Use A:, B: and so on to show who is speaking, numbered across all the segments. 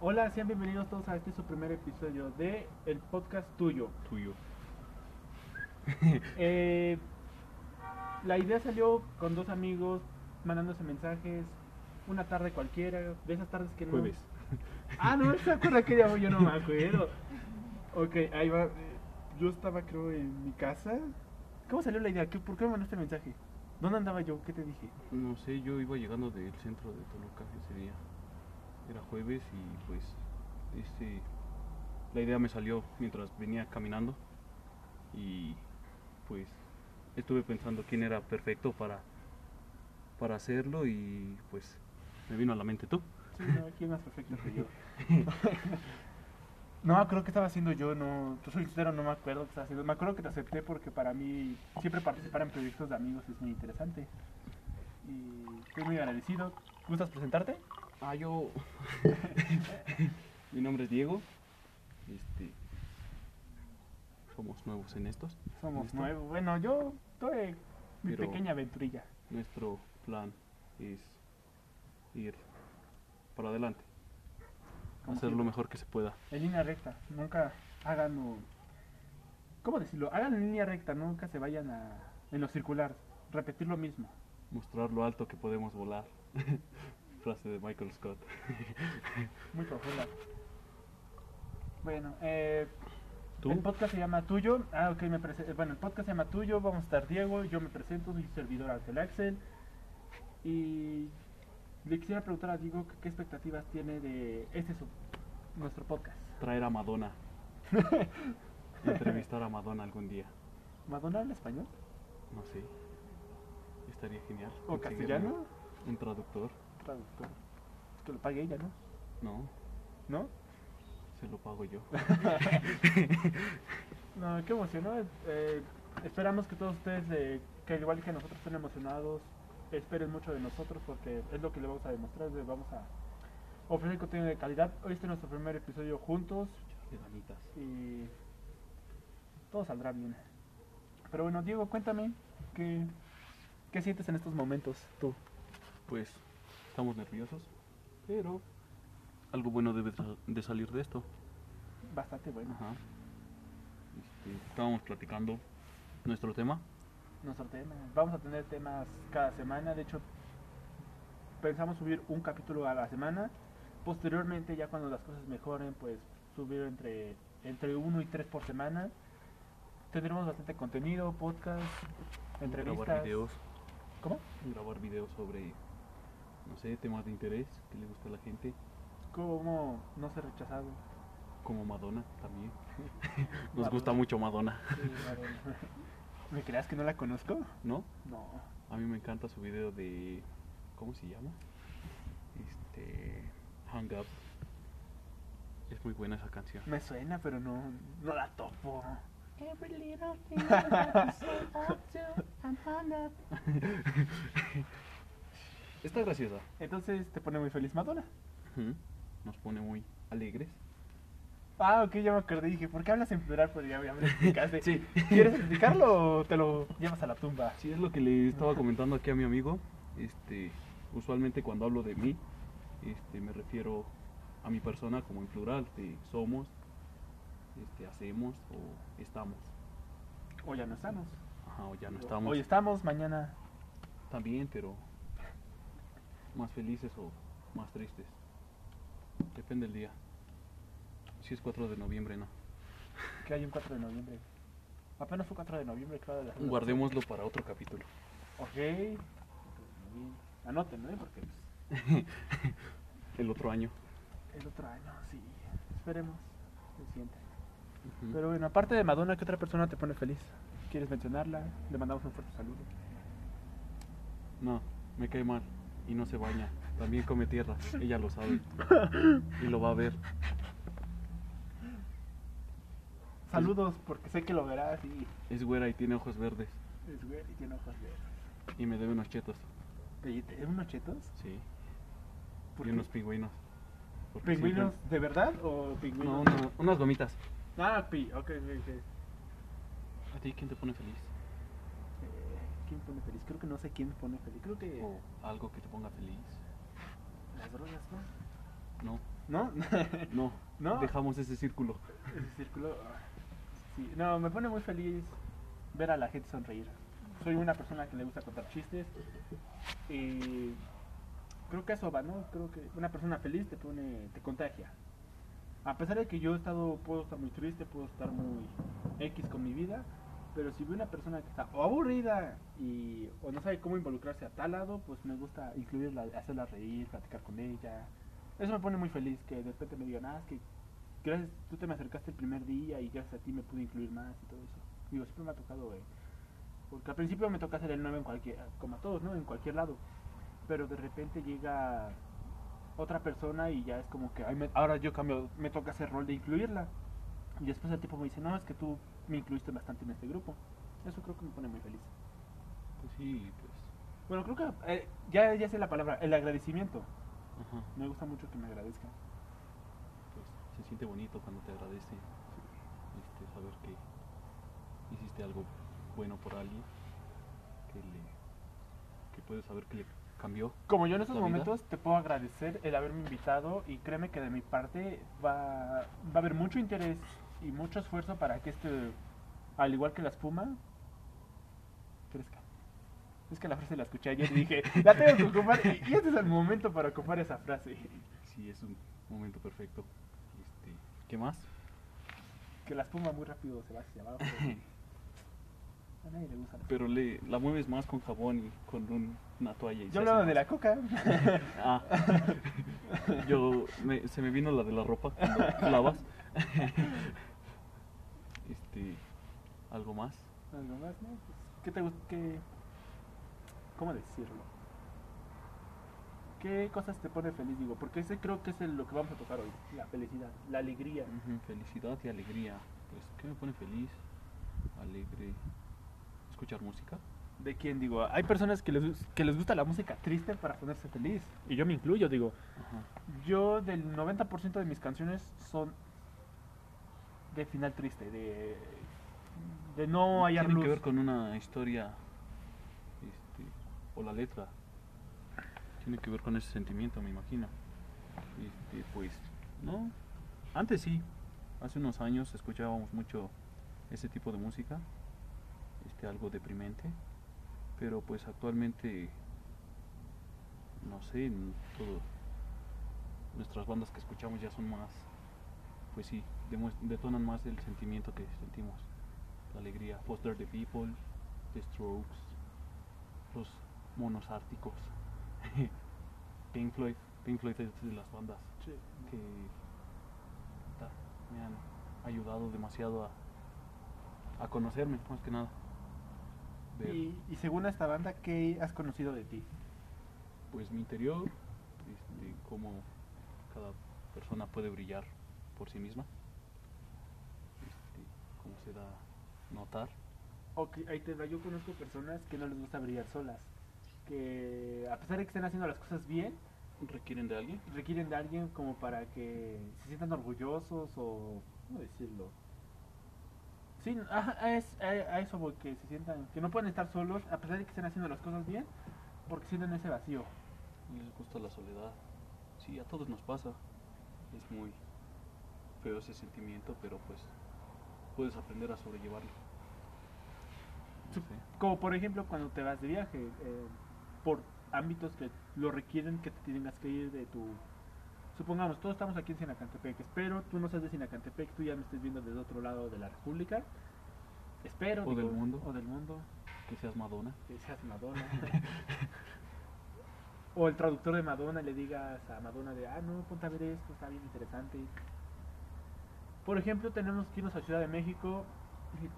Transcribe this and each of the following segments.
A: Hola, sean bienvenidos todos a este su primer episodio de el podcast tuyo.
B: Tuyo.
A: Eh, la idea salió con dos amigos mandándose mensajes una tarde cualquiera, de esas tardes que no.
B: Jueves.
A: Ah, no, ¿se acuerda que ya voy? Yo no me acuerdo. Ok, ahí va. eh, Yo estaba, creo, en mi casa. ¿Cómo salió la idea? ¿Qué- ¿Por qué me mandaste mensaje? ¿Dónde andaba yo? ¿Qué te dije?
B: No sé, yo iba llegando del centro de Toluca ese día. Era jueves y pues este la idea me salió mientras venía caminando y pues estuve pensando quién era perfecto para para hacerlo y pues me vino a la mente tú.
A: Sí, no, ¿quién más perfecto que yo? No, creo que estaba haciendo yo, no, yo soy sincero, no me acuerdo qué estaba haciendo. Me acuerdo que te acepté porque para mí siempre participar en proyectos de amigos es muy interesante. Y estoy muy agradecido. ¿Gustas presentarte?
B: Ah, yo Mi nombre es Diego. Este somos nuevos en estos.
A: Somos
B: ¿Listo?
A: nuevos. Bueno, yo tuve mi
B: Pero-
A: pequeña aventurilla.
B: Nuestro plan es ir para adelante,
A: como
B: hacer lo
A: siempre.
B: mejor que se pueda.
A: En línea recta. Nunca hagan o... ¿Cómo decirlo? Hagan en línea recta, nunca se vayan a... en lo circular. Repetir lo mismo.
B: Mostrar lo alto que podemos volar. Frase de Michael Scott.
A: Muy profunda. Bueno, eh,
B: ¿Tú?
A: el podcast se llama Tuyo. Ah, ok, me prese- eh, Bueno, el podcast se llama Tuyo. Vamos a estar Diego, yo me presento, soy su servidor Ángel Axel. Y le quisiera preguntar a Diego que- qué expectativas tiene de este su- nuestro podcast.
B: Traer a Madonna. Entrevistar a Madonna algún día.
A: ¿Madonna habla español?
B: No sé. Estaría genial.
A: ¿O
B: conseguirle
A: castellano?
B: Un traductor.
A: Traductor. Que lo pague ella, ¿no?
B: No,
A: ¿No?
B: se lo pago yo.
A: No, qué emoción, ¿no? Eh, esperamos que todos ustedes, eh, que al igual que nosotros estén emocionados, esperen mucho de nosotros porque es lo que le vamos a demostrar, les vamos a ofrecer contenido de calidad. Hoy este es nuestro primer episodio juntos
B: Echarle ganitas.
A: y todo saldrá bien. Pero bueno, Diego, cuéntame, ¿qué, qué sientes en estos momentos tú?
B: Pues estamos nerviosos, pero algo bueno debe sa- de salir de esto.
A: Bastante bueno.
B: Ajá. Este, estábamos platicando nuestro tema.
A: Nuestro tema, vamos a tener temas cada semana, de hecho pensamos subir un capítulo a la semana. Posteriormente, ya cuando las cosas mejoren, pues subir entre, entre uno y tres por semana. Tendremos bastante contenido, podcast,
B: Grabar
A: entrevistas.
B: videos,
A: ¿Cómo?
B: grabar videos sobre, no sé, temas de interés que le gusta a la gente,
A: ¿Cómo no ser rechazado?
B: como Madonna también. Nos
A: Madonna.
B: gusta mucho Madonna,
A: ¿Me creas que no la conozco?
B: ¿no?
A: No.
B: A mí me encanta su video de, ¿cómo se llama? Este, Hang Up. Es muy buena esa canción.
A: Me suena, pero no, no la topo.
C: Every little thing that you say up to, I'm hung up.
B: Está graciosa.
A: Entonces te pone muy feliz Madonna.
B: Ujú. Nos pone muy alegres.
A: Ah, ok, ya me acordé. Dije, ¿por qué hablas en plural? Pues ya, ya me lo explicaste.
B: Sí.
A: ¿Quieres explicarlo o te lo llevas a la tumba?
B: Sí, es lo que le estaba comentando aquí a mi amigo. Este, usualmente cuando hablo de mí, este, me refiero a mi persona como en plural, de somos, este, hacemos o estamos.
A: O ya no estamos.
B: Ajá, o ya no estamos
A: Hoy estamos, mañana.
B: también, pero más felices o más tristes. Depende del día. Si es 4 de noviembre, no.
A: Que hay un 4 de noviembre. Apenas fue 4 de noviembre, claro. de las-
B: Guardémoslo para otro capítulo.
A: Ok. Anótenlo, ¿eh? Porque pues,
B: El otro año.
A: el otro año, sí. Esperemos. Se siente. Pero bueno, aparte de Madonna, ¿qué otra persona te pone feliz? ¿Quieres mencionarla? Le mandamos un fuerte saludo.
B: No, me cae mal. Y no se baña. También come tierra. Ella lo sabe. Y lo va a ver.
A: Saludos, porque sé que lo verás y
B: Es güera y tiene ojos verdes.
A: es güey y tiene ojos verdes.
B: Y me debe unos chetos.
A: Oye, ¿te dieron unos chetos?
B: Sí.
A: ¿Por
B: Y
A: qué?
B: unos pingüinos. Porque
A: ¿Pingüinos
B: siempre-
A: de verdad o
B: No,
A: pingüinos?
B: no, unas gomitas.
A: Ah, pi, ok, ok, ok.
B: ¿A ti quién te pone feliz?
A: Eh, ¿Quién pone feliz? Creo que no sé quién
B: Oh.
A: pone feliz. Creo que
B: O algo que te ponga feliz.
A: las drogas, ¿no?
B: No,
A: ¿No?
B: No,
A: ¿No?
B: dejamos ese círculo.
A: Ese círculo. ah, Sí. No, me pone muy feliz ver a la gente sonreír. Soy una persona que le gusta contar chistes. Y creo que eso va, ¿no? Creo que una persona feliz te pone, te contagia. A pesar de que yo he estado, puedo estar muy triste, puedo estar muy X con mi vida, pero si veo una persona que está o aburrida y, o no sabe cómo involucrarse a tal lado, pues me gusta incluirla, hacerla reír, platicar con ella. Eso me pone muy feliz, que de repente me digan, ah, es que gracias, tú te me acercaste el primer día y gracias a ti me pude incluir más y todo eso. Digo, siempre me ha tocado, eh, Porque al principio me toca hacer el 9 en cualquier, como a todos, ¿no? En cualquier lado. Pero de repente llega otra persona y ya es como que, "Ay, me- ahora yo cambio, me toca hacer rol de incluirla. Y después el tipo me dice, no, es que tú me incluiste bastante en este grupo. Eso creo que me pone muy feliz.
B: Pues sí, pues.
A: Bueno, creo que eh, ya, ya sé la palabra, el agradecimiento.
B: Ajá.
A: Me gusta mucho que me agradezcan.
B: pues, se siente bonito cuando te agradece este, saber que hiciste algo bueno por alguien, que, le- que puedes saber que le cambió.
A: Como yo en estos
B: ¿La vida?
A: momentos te puedo agradecer el haberme invitado y créeme que de mi parte va, va a haber mucho interés y mucho esfuerzo para que este, al igual que la espuma, crezca. Es que la frase la escuché ayer y dije, la tengo que ocupar y, y este es el momento para ocupar esa frase.
B: Sí, es un momento perfecto. Este, ¿Qué más?
A: Que la espuma muy rápido se va hacia abajo. A nadie le gusta la
B: Pero le, la mueves más con jabón y con un- una toalla. y se
A: Yo
B: hace
A: hablaba de la
B: más.
A: coca.
B: Ah. Yo, me- se me vino la de la ropa cuando lavas. Este, ¿Algo más?
A: Algo más, ¿no? Pues, ¿Qué te gusta? ¿Qué... ¿Cómo decirlo? ¿Qué cosas te pone feliz? Digo, porque ese creo que es el- lo que vamos a tocar hoy. La felicidad, la alegría.
B: Ujú, Felicidad y alegría. Pues, ¿qué me pone feliz? Alegre. Escuchar música.
A: ¿De quién? Digo, hay personas que les, que les gusta la música triste para ponerse feliz. Y yo me incluyo, digo. Yo del 90% de mis canciones son de final triste, de, de no hallar
B: Tiene
A: luz.
B: que ver con una historia. este, o la letra. Tiene que ver con ese sentimiento, me imagino. Este, pues, no. Antes sí. Hace unos años escuchábamos mucho ese tipo de música. Este, algo deprimente. Pero pues actualmente. No sé, n- todo. Nuestras bandas que escuchamos ya son más. Pues sí, demues- detonan más el sentimiento que sentimos la alegría. Foster the People, The Strokes, los monos árticos, Pink Floyd. Pink Floyd es de las bandas
A: Sí.
B: que ta, me han ayudado demasiado a, a conocerme, más que nada. Ver,
A: Y, y según esta banda, ¿qué has conocido de ti?
B: pues mi interior, este, cómo cada persona puede brillar por sí misma, este, cómo se da a notar.
A: Ok, ahí te va. Yo conozco personas que no les gusta brillar solas. Que a pesar de que estén haciendo las cosas bien,
B: ¿Requieren de alguien?
A: requieren de alguien como para que se sientan orgullosos o. ¿Cómo decirlo? Sí, ajá, a, es- a- a eso voy, que se sientan. Que no pueden estar solos a pesar de que estén haciendo las cosas bien, porque sienten ese vacío.
B: No les gusta la soledad. Sí, a todos nos pasa. Es muy feo ese sentimiento, pero pues puedes aprender a sobrellevarlo. No
A: Sup-
B: sé.
A: Como por ejemplo cuando te vas de viaje, eh, por ámbitos que lo requieren que te tengas que ir de tu... Supongamos, todos estamos aquí en Sinacantepec, espero tú no seas de Sinacantepec, tú ya me estés viendo desde otro lado de la República. Espero.
B: O del mundo.
A: O del mundo,
B: Que seas Madonna.
A: que seas Madonna. o el traductor de Madonna le digas a Madonna de, ah, no, ponte a ver esto, está bien interesante. Por ejemplo, tenemos que irnos a Ciudad de México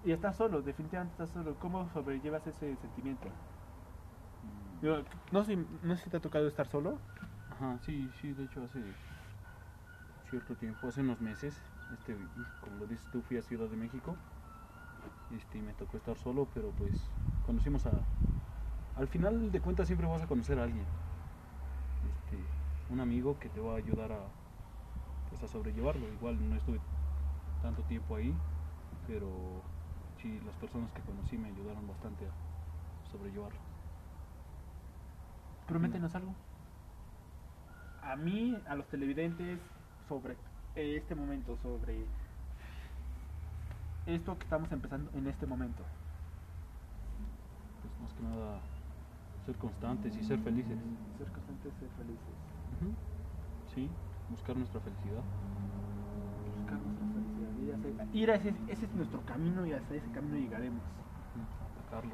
A: y y estás solo, definitivamente estás solo. ¿Cómo sobrellevas ese sentimiento?
B: Mm,
A: Yo, no, sé, no sé si te ha tocado estar solo.
B: Ajá, sí, sí, de hecho hace cierto tiempo, hace unos meses, este, como lo dices tú, fui a Ciudad de México. Este, y me tocó estar solo, pero pues conocimos a... Al final de cuentas siempre vas a conocer a alguien. Este, un amigo que te va a ayudar a, pues, a sobrellevarlo. Igual no estuve tanto tiempo ahí, pero sí, las personas que conocí me ayudaron bastante a sobrellevarlo.
A: Prométenos algo. A mí, a los televidentes, sobre eh, este momento, sobre esto que estamos empezando en este momento.
B: Pues más que nada ser constantes y ser felices.
A: Ser constantes, ser felices.
B: Ujú. Sí, buscar nuestra felicidad.
A: Buscar nuestra felicidad. Ir, hacia- ir hacia ese, ese es nuestro camino y hasta ese camino llegaremos.
B: Ujú, Atacarlo.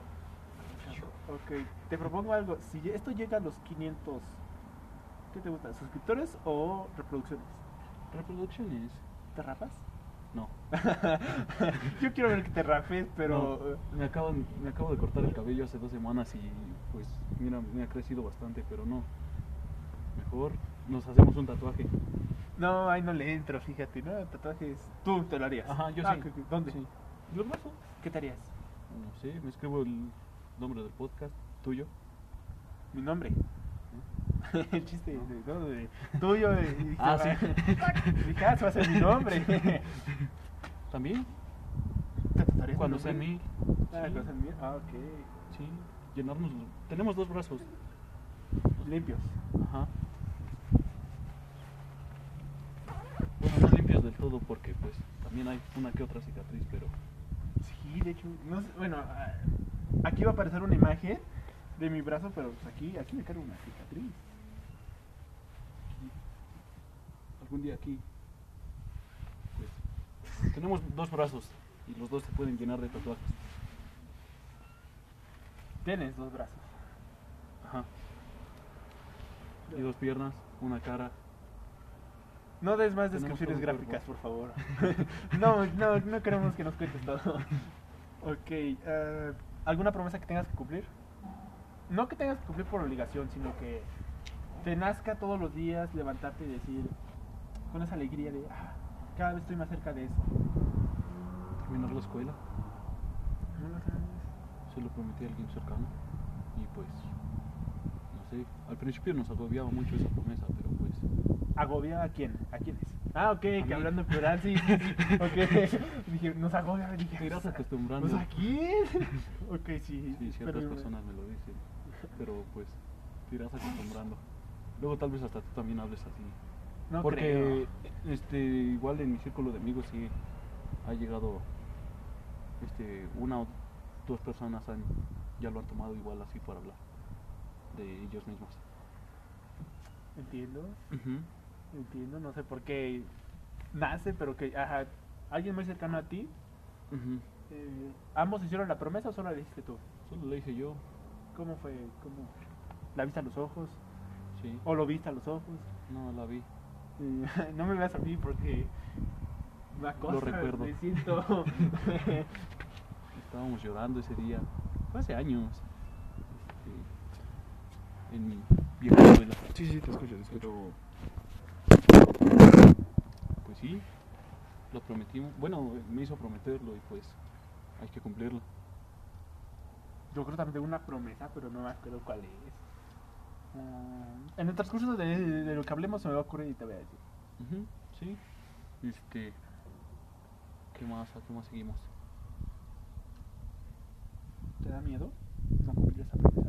A: Ok, te propongo algo. Si esto llega a los 500, ¿qué te gusta? ¿Suscriptores o reproducciones?
B: Reproducciones.
A: ¿Te rapas?
B: No.
A: Yo quiero ver que te rapes, pero... eh,
B: Me acabo, me acabo de cortar el cabello hace dos semanas y pues mira, me ha crecido bastante, pero no. Mejor nos hacemos un tatuaje.
A: No, ahí no le entro, fíjate, ¿no? Tatuajes. Tú te lo harías.
B: Ajá, yo
A: Ah,
B: sí.
A: que- que- ¿Dónde?
B: Sí.
A: ¿Lo paso? ¿Qué te harías?
B: No sé, me escribo el nombre del podcast, tuyo.
A: Mi nombre. El chiste
B: ¿No?
A: de, ¿no? de tuyo. de- y dije,
B: Ah,
A: va-
B: sí.
A: tac, Dije, ah, se va a ser mi nombre.
B: También,
A: ¿Te tatuarías
B: cuando
A: mi
B: sea en
A: nombre?
B: mí.
A: Ah,
B: sí,
A: cuando sea en mí. Ah, ok.
B: sí, llenarnos. los- Tenemos dos brazos.
A: Limpios.
B: Ajá. Bueno, no limpios del todo porque pues también hay una que otra cicatriz, pero
A: Sí, de hecho. No sé, bueno, ah, aquí va a aparecer una imagen de mi brazo, pero pues, aquí, aquí me cargo una cicatriz.
B: algún día aquí pues tenemos dos brazos y los dos se pueden llenar de tatuajes.
A: Tienes dos brazos.
B: Ajá. Y dos piernas, una cara.
A: No des más
B: Tenemos
A: descripciones
B: todo un
A: gráficas, por favor. no, no, no queremos que nos cuentes todo. ok, eh, ¿alguna promesa que tengas que cumplir? No que tengas que cumplir por obligación, sino que te nazca todos los días levantarte y decir con esa alegría de "Ah, cada vez estoy más cerca de eso.
B: Terminar la escuela,
A: No lo sabes.
B: se lo prometí a alguien cercano. Y pues, no sé, al principio nos agobiaba mucho esa promesa, pero pues
A: ¿Agobia a quién? ¿A quiénes? Ah, ok,
B: mí.
A: que hablando en plural, sí, sí, sí. Ok, dije, nos agobia, dije.
B: te irás
A: "Pues,
B: acostumbrando.
A: ¿Pues a quién? ok, sí.
B: Sí, ciertas
A: perdí una-
B: personas me lo dicen, pero pues te irás acostumbrando. Luego tal vez hasta tú también hables así.
A: No
B: Porque
A: creo.
B: este igual en mi círculo de amigos sí ha llegado este una o dos personas han- ya lo han tomado igual así para hablar de ellos mismos.
A: Entiendo, entiendo, no sé por qué nace, pero que, ajá, alguien muy cercano a ti,
B: Ujú.
A: eh, ¿ambos hicieron la promesa o solo la dijiste tú?
B: Solo le dije yo,
A: ¿Cómo fue? ¿Cómo? ¿La viste a los ojos?
B: sí,
A: ¿O lo viste a los ojos?
B: no la vi.
A: Eh, no me veas a mí porque me acosa,
B: recuerdo.
A: me siento...
B: Estábamos llorando ese día, fue hace años. este, en mi vieja escuela.
D: Sí, sí, te escucho, te escucho.
B: Pero. Pues sí, lo prometimos. Bueno, me hizo prometerlo y pues hay que cumplirlo.
A: Yo creo también tengo una promesa, pero no me acuerdo cuál es. Ah, en el transcurso de, de lo que hablemos se me va a ocurrir y te voy a decir.
B: Ujú, sí. Este. ¿Qué más? ¿A qué más seguimos?
A: ¿Te da miedo no cumplir esa promesa?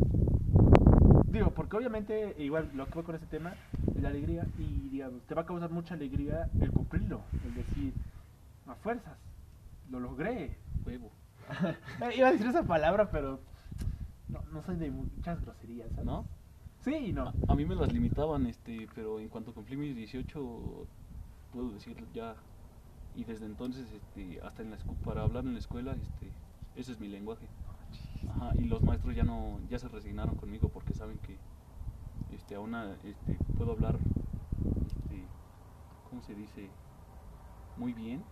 A: Digo, porque obviamente, igual lo que voy con ese tema, la alegría, y digamos, te va a causar mucha alegría el cumplirlo, el decir, a fuerzas, lo logré.
B: Huevo.
A: Eh, Iba a decir esa palabra, pero no, no soy de muchas groserías, ¿sabes?
B: ¿No?
A: Sí y no.
B: A mí me las limitaban, este, pero en cuanto cumplí mis 18, puedo decir ya. Y desde entonces, este, hasta en la escu- para hablar en la escuela, este, ese es mi lenguaje.
A: Ah,
B: Ajá, y los maestros ya no, ya se resignaron conmigo porque saben que, este, aún a- este, puedo hablar, este, ¿cómo se dice? Muy bien,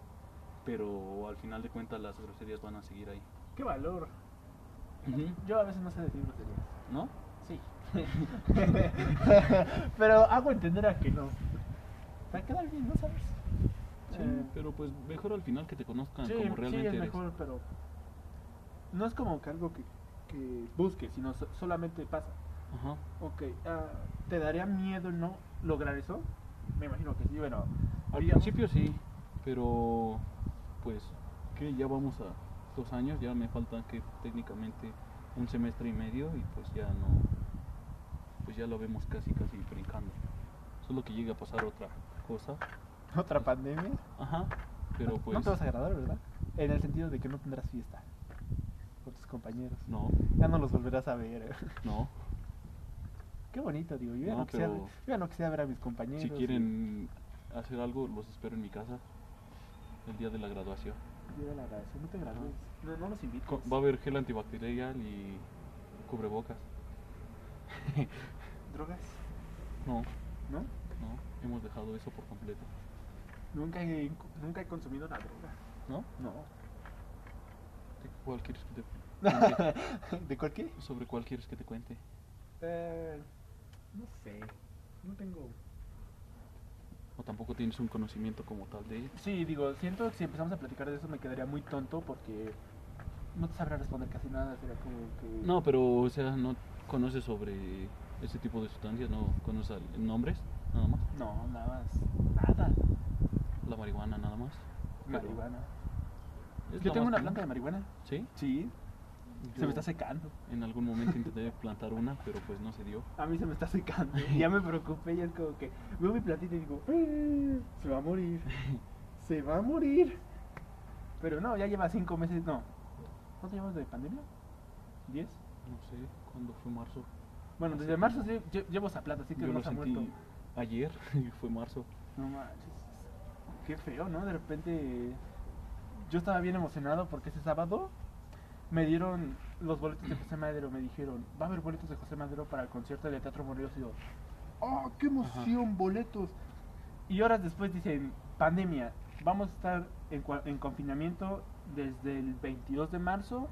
B: pero al final de cuentas las groserías van a seguir ahí.
A: Qué valor.
B: Ujú,
A: Yo a veces no sé decir groserías.
B: ¿No?
A: Sí. pero hago entender a que no. Para quedar bien, ¿no sabes?
B: Sí,
A: Eh,
B: pero pues mejor al final que te conozcan
A: Sí,
B: como
A: sí,
B: realmente
A: es
B: eres.
A: mejor, pero no es como que algo que, que busques, sino so- solamente pasa.
B: Ajá.
A: Ok, ah, ¿te daría miedo no lograr eso? Me imagino que sí, bueno.
B: Al
A: digamos-
B: principio sí, pero pues que ya vamos a dos años, ya me faltan que técnicamente un semestre y medio y pues ya no, pues ya lo vemos casi casi brincando. Solo que llegue a pasar otra cosa
A: otra pandemia.
B: Ajá. Pero
A: no,
B: pues.
A: no te vas a agradar, ¿verdad? En el sentido de que no tendrás fiesta con tus compañeros.
B: No,
A: Ya no los volverás a ver.
B: no.
A: Qué bonito, digo. Yo ya no,
B: No,
A: quisiera,
B: pero-
A: yo ya no quisiera ver a mis compañeros.
B: Si
A: y-
B: quieren hacer algo, los espero en mi casa el día de la graduación.
A: Yo era la graduación, no te gradúes. No, no los invito.
B: Co- Va a haber gel antibacterial y cubrebocas.
A: ¿Drogas?
B: No,
A: ¿No?
B: no, hemos dejado eso por completo.
A: Nunca he, incu- nunca he consumido la droga.
B: ¿No?
A: No.
B: ¿De cuál quieres que te cuente?
A: ¿De cuál qué?
B: ¿Sobre cuál quieres que te cuente?
A: Eh, no sé. No tengo.
B: ¿O tampoco tienes un conocimiento como tal de ella?
A: Sí, digo, siento que si empezamos a platicar de eso me quedaría muy tonto porque no te sabrá responder casi nada. Será como que.
B: No, pero, o sea, no conoces sobre ese tipo de sustancias, no conoces al- nombres, nada más.
A: No, nada más. Nada.
B: La marihuana, nada más. Pero
A: Marihuana.
B: es
A: Yo
B: la
A: tengo
B: más
A: una
B: común.
A: planta de marihuana.
B: ¿Sí?
A: Sí. Se
B: Yo
A: me está secando.
B: En algún momento intenté plantar una, pero pues no se dio.
A: A mí se me está secando. Y ya me preocupé. Ya es como que veo mi platita y digo, "Eh, se va a morir. Se va a morir. Pero no, ya lleva cinco meses. No. ¿Cuánto llevamos de pandemia? ¿Diez?
B: No sé, ¿cuándo fue marzo?
A: Bueno, desde marzo sí, lle- llevo esa plata, así que
B: Yo
A: no
B: lo
A: se ha
B: sentí
A: muerto.
B: ayer, y fue marzo.
A: No manches. Qué feo, ¿no? De repente. Yo estaba bien emocionado porque ese sábado me dieron los boletos de José Madero. Me dijeron, va a haber boletos de José Madero para el concierto de Teatro Morelos. Y yo, ¡ah, qué emoción! ¡Boletos! Y horas después dicen, pandemia, vamos a estar en, cua- en confinamiento desde el 22 de marzo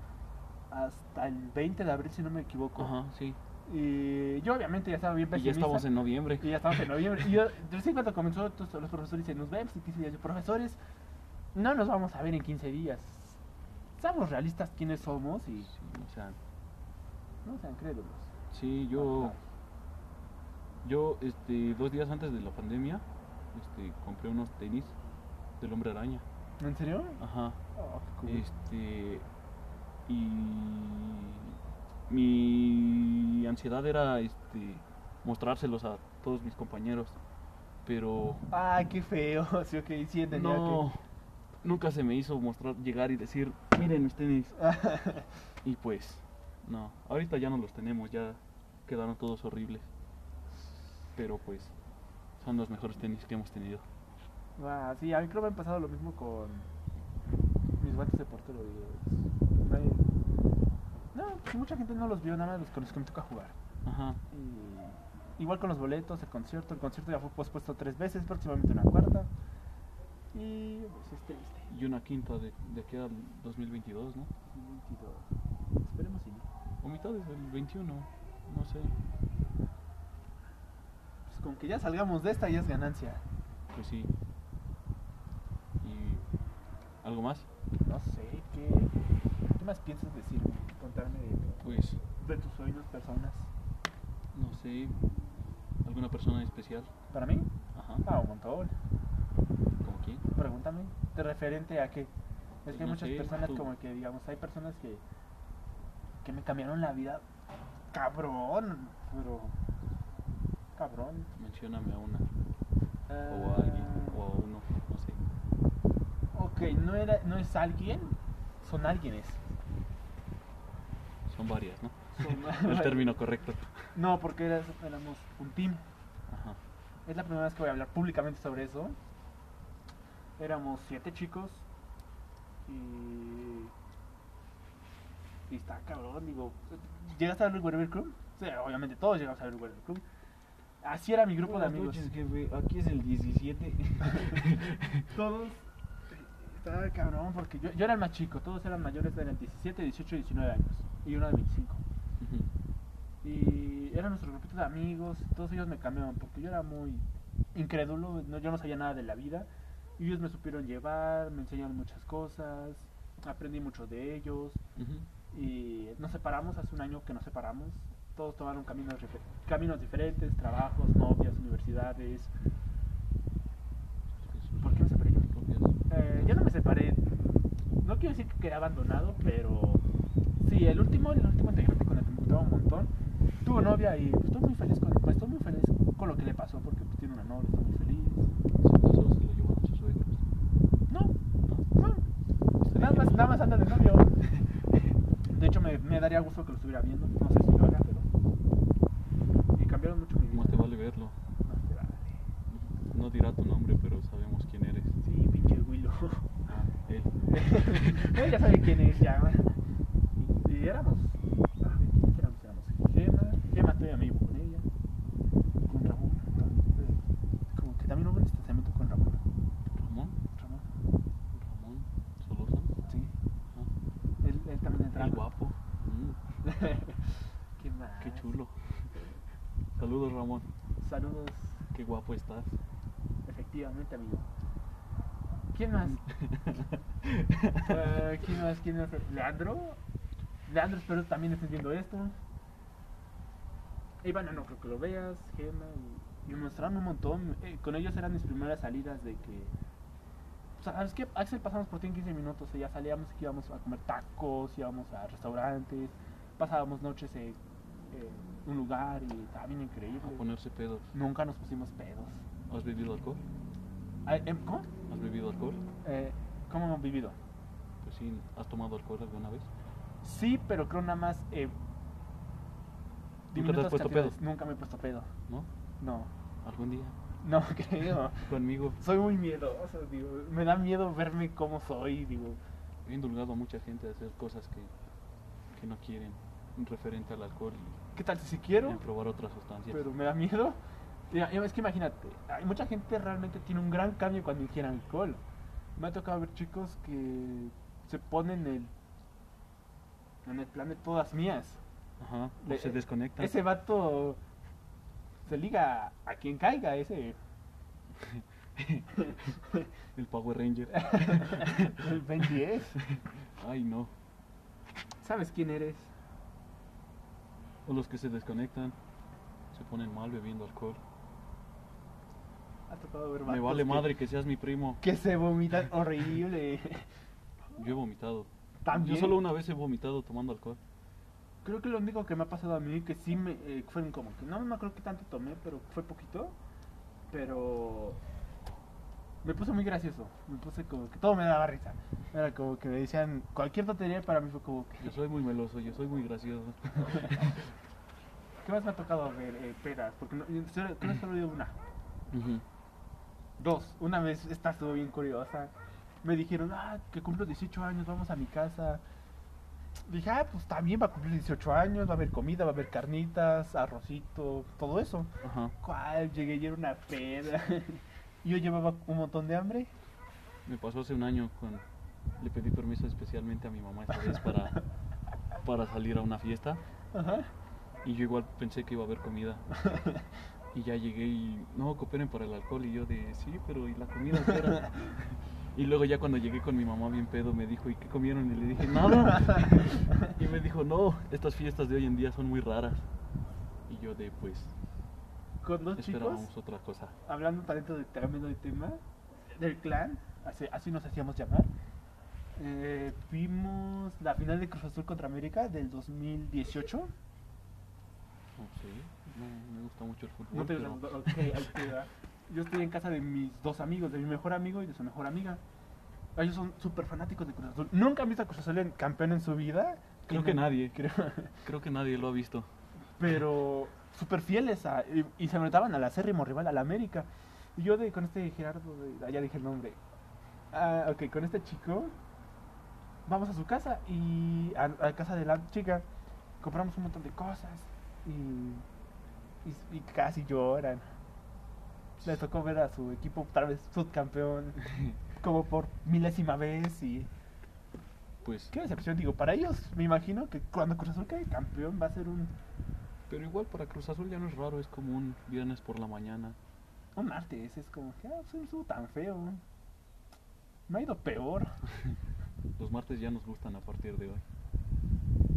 A: hasta el 20 de abril, si no me equivoco.
B: Ajá, sí.
A: Y yo, obviamente, ya estaba bien
B: Y ya
A: pesimista.
B: estamos en noviembre.
A: Y ya estamos en noviembre. Y yo, recién cuando comenzó, todos los profesores dicen, nos vemos en 15 días. Yo, profesores, no nos vamos a ver en 15 días. Seamos realistas quiénes somos y
B: Sí, o sea,
A: no sean crédulos.
B: sí, yo, yo, este, dos días antes de la pandemia, este, compré unos tenis del Hombre Araña.
A: ¿En serio?
B: Ajá.
A: Oh, qué cool.
B: Este, y mi ansiedad era, este, mostrárselos a todos mis compañeros, pero
A: Ay, qué feo. Sí, ok, sí, entendía
B: no, nunca se me hizo mostrar, llegar y decir, miren mis tenis. y pues, no, ahorita ya no los tenemos, ya quedaron todos horribles. Pero pues, son los mejores tenis que hemos tenido.
A: que... Ah, sí, a mí creo que me ha pasado lo mismo con mis guantes de portero. digo, es- nadie- No, pues, mucha gente no los vio, nada más los con los que me toca jugar.
B: Ajá,
A: Y igual con los boletos, el concierto. El concierto ya fue pospuesto tres veces, próximamente una cuarta. Y pues es triste.
B: y una quinta de, de aquí al 2022, ¿no?
A: 22. Esperemos si no.
B: O mitad del 21, no sé,
A: Pues con que ya salgamos de esta ya es ganancia.
B: pues sí. ¿Y algo más?
A: No sé, ¿qué, qué más piensas decirme? Contarme de,
B: Pues,
A: de tus sueños, personas.
B: no sé, alguna persona en especial.
A: ¿Para mí?
B: Ajá,
A: Ah, un montón.
B: ¿como quién?
A: Pregúntame. ¿De referente a qué? Es
B: Pues
A: que hay
B: no
A: muchas
B: sé,
A: personas
B: tú.
A: como que, digamos, hay personas que, que me cambiaron la vida. Cabrón, pero... Cabrón.
B: Mencióname a una, o
A: Ah,
B: a alguien, o a uno, no sé.
A: Ok, no, era, no es alguien, son alguienes.
B: Son varias, ¿no?
A: Son-
B: El término correcto.
A: No, porque eras- éramos un team.
B: Ajá.
A: Es la primera vez que voy a hablar públicamente sobre eso. Éramos siete chicos. Y. Y está cabrón, digo. ¿Llegaste a ver el Werber Club? Sí, obviamente todos llegamos a ver el Werber Club. Así era mi grupo de amigos.
B: Aquí es el 17.
A: Todos. Estaba cabrón porque yo, yo era el más chico, todos eran mayores de 17, 18 y 19 años. Y uno de 25. Y era nuestro grupito de amigos, todos ellos me cambiaban porque yo era muy incrédulo, no, yo no sabía nada de la vida. Y ellos me supieron llevar, me enseñaron muchas cosas, aprendí mucho de ellos. Y nos separamos hace un año que nos separamos. Todos tomaron caminos, dife- caminos diferentes, trabajos, novias, universidades. ¿Por qué me separé yo? Eh, yo no me separé. No quiero decir que quedé abandonado, pero sí, el último, el último integrante con el que me juntaba un montón, tuvo novia y pues, estoy muy feliz con, pues, estoy muy feliz con lo que le pasó porque pues, tiene una novia, está muy feliz.
B: Se casó, se lo llevó a
A: pues, me daría gusto que lo estuviera viendo. No sé si lo haga, pero. Y cambiaron mucho mi vida.
B: Más te vale verlo.
A: Más te vale.
B: No dirá tu nombre, pero sabemos quién eres.
A: Sí, pinche Willow.
B: Ah, él.
A: Él ya sabe quién es, ya. Y, y éramos. ah, ¿quiénes éramos? Éramos Gema. Gema todavía me llevo con ella. Con Ramón. eh, Como que también hubo un distanciamiento con Ramón.
B: Ramón.
A: Ramón.
B: Ramón. Solórzano.
A: Sí.
B: Ah,
A: Él, él también entraba.
B: el guapo. Mm,
A: Qué más.
B: qué chulo. Saludos, Ramón.
A: Saludos,
B: Qué guapo estás.
A: efectivamente, amigo. ¿Quién más? Eh, ¿Quién más? ¿Quién más? ¿Leandro? Leandro, espero también estés viendo esto. Ivana, no creo que lo veas. Gema. Y, y me mostraron un montón. Eh, con ellos eran mis primeras salidas de que. O sea, ¿sabes qué? Axel pasamos por ti en 15 minutos. y ya salíamos que íbamos a comer tacos, íbamos a restaurantes. Pasábamos noches en, en un lugar y estaba bien increíble.
B: A ponerse pedos.
A: Nunca nos pusimos pedos.
B: ¿Has bebido alcohol?
A: Ay, em, ¿Cómo?
B: ¿Has bebido alcohol?
A: Eh, ¿Cómo hemos vivido?
B: Pues sí. ¿Has tomado alcohol alguna vez?
A: Sí, pero creo nada más. Eh,
B: ¿Nunca te has
A: diminutas
B: puesto
A: cantidades.
B: pedo?
A: Nunca me he puesto pedo.
B: ¿No?
A: No,
B: ¿Algún día?
A: no creo.
B: Conmigo.
A: Soy muy miedoso, digo. Me da miedo verme como soy, digo.
B: He indulgado a mucha gente a hacer cosas que, que no quieren referente al alcohol y,
A: ¿Qué tal si sí
B: y
A: quiero?
B: probar otras sustancias.
A: Pero me da miedo. Mira, Es que imagínate, hay mucha gente realmente tiene un gran cambio cuando ingiere alcohol. Me ha tocado ver chicos que se ponen el, en el plan de todas mías.
B: Ajá. o
A: Le- eh,
B: se desconectan.
A: Ese vato se liga a quien caiga, ese.
B: El Power Ranger.
A: El Ben 10.
B: Ay, no.
A: ¿Sabes quién eres?
B: O los que se desconectan. Se ponen mal bebiendo alcohol.
A: Ha tocado ver
B: Me
A: vatos
B: vale
A: que-
B: madre que seas mi primo.
A: Que se vomitan horrible.
B: Yo he vomitado.
A: También.
B: Yo solo una vez he vomitado tomando alcohol.
A: Creo que lo único que me ha pasado a mí que sí me eh, fueron como que no me creo que tanto tomé, pero fue poquito. Pero me puse muy gracioso. Me puse como que todo me daba risa. Era como que me decían cualquier tontería y para mí fue como que
B: Yo soy muy meloso, yo soy muy gracioso.
A: ¿qué más me ha tocado ver eh, pedas? Porque no, yo solo- creo que solo he ido una.
B: Ujú.
A: Dos, una vez esta estuvo bien curiosa. Me dijeron, ah, que cumplo 18 años, vamos a mi casa. Dije, ah, pues también va a cumplir 18 años, va a haber comida, va a haber carnitas, arrocito, todo eso.
B: Ajá.
A: ¿Cuál? Llegué y era una peda. Yo llevaba un montón de hambre.
B: Me pasó hace un año con... Le pedí permiso especialmente a mi mamá esta vez para, para salir a una fiesta.
A: Ajá.
B: Y yo igual pensé que iba a haber comida. Y ya llegué y no, cooperen para el alcohol. Y yo de sí, pero ¿y la comida? espera?". Y luego ya cuando llegué con mi mamá bien pedo me dijo, ¿y qué comieron? Y le dije, nada. Y me dijo, no, estas fiestas de hoy en día son muy raras. Y yo de pues
A: Con dos
B: esperábamos
A: chicos,
B: otra cosa.
A: hablando talento de tremendo de tema, del clan, así, así nos hacíamos llamar. Eh, vimos la final de Cruz Azul contra América del 2018.
B: No sé, no me gusta mucho el fútbol.
A: No te
B: pero-
A: gusta, ok, ahí te va. Yo estoy en casa de mis dos amigos, de mi mejor amigo y de su mejor amiga. Ellos son súper fanáticos de Cruz Azul. Nunca han visto a Cruz Azul en- campeón en su vida.
B: Creo que nadie,
A: Creo.
B: creo que nadie lo ha visto.
A: Pero súper fieles a- y, y se enfrentaban al acérrimo rival, al América. Y yo de, con este Gerardo, de- ah, ya dije el nombre. Ah, ok, con este chico vamos a su casa y a, a casa de la chica compramos un montón de cosas y, y- y casi lloran. Les tocó ver a su equipo tal vez subcampeón como por milésima vez y
B: Pues,
A: qué decepción digo para ellos me imagino que cuando Cruz Azul cae campeón va a ser un,
B: pero igual para Cruz Azul ya no es raro, es como un viernes por la mañana.
A: un martes es como que ah, pues, no estuvo tan feo me ha ido peor
B: Los martes ya nos gustan a partir de hoy.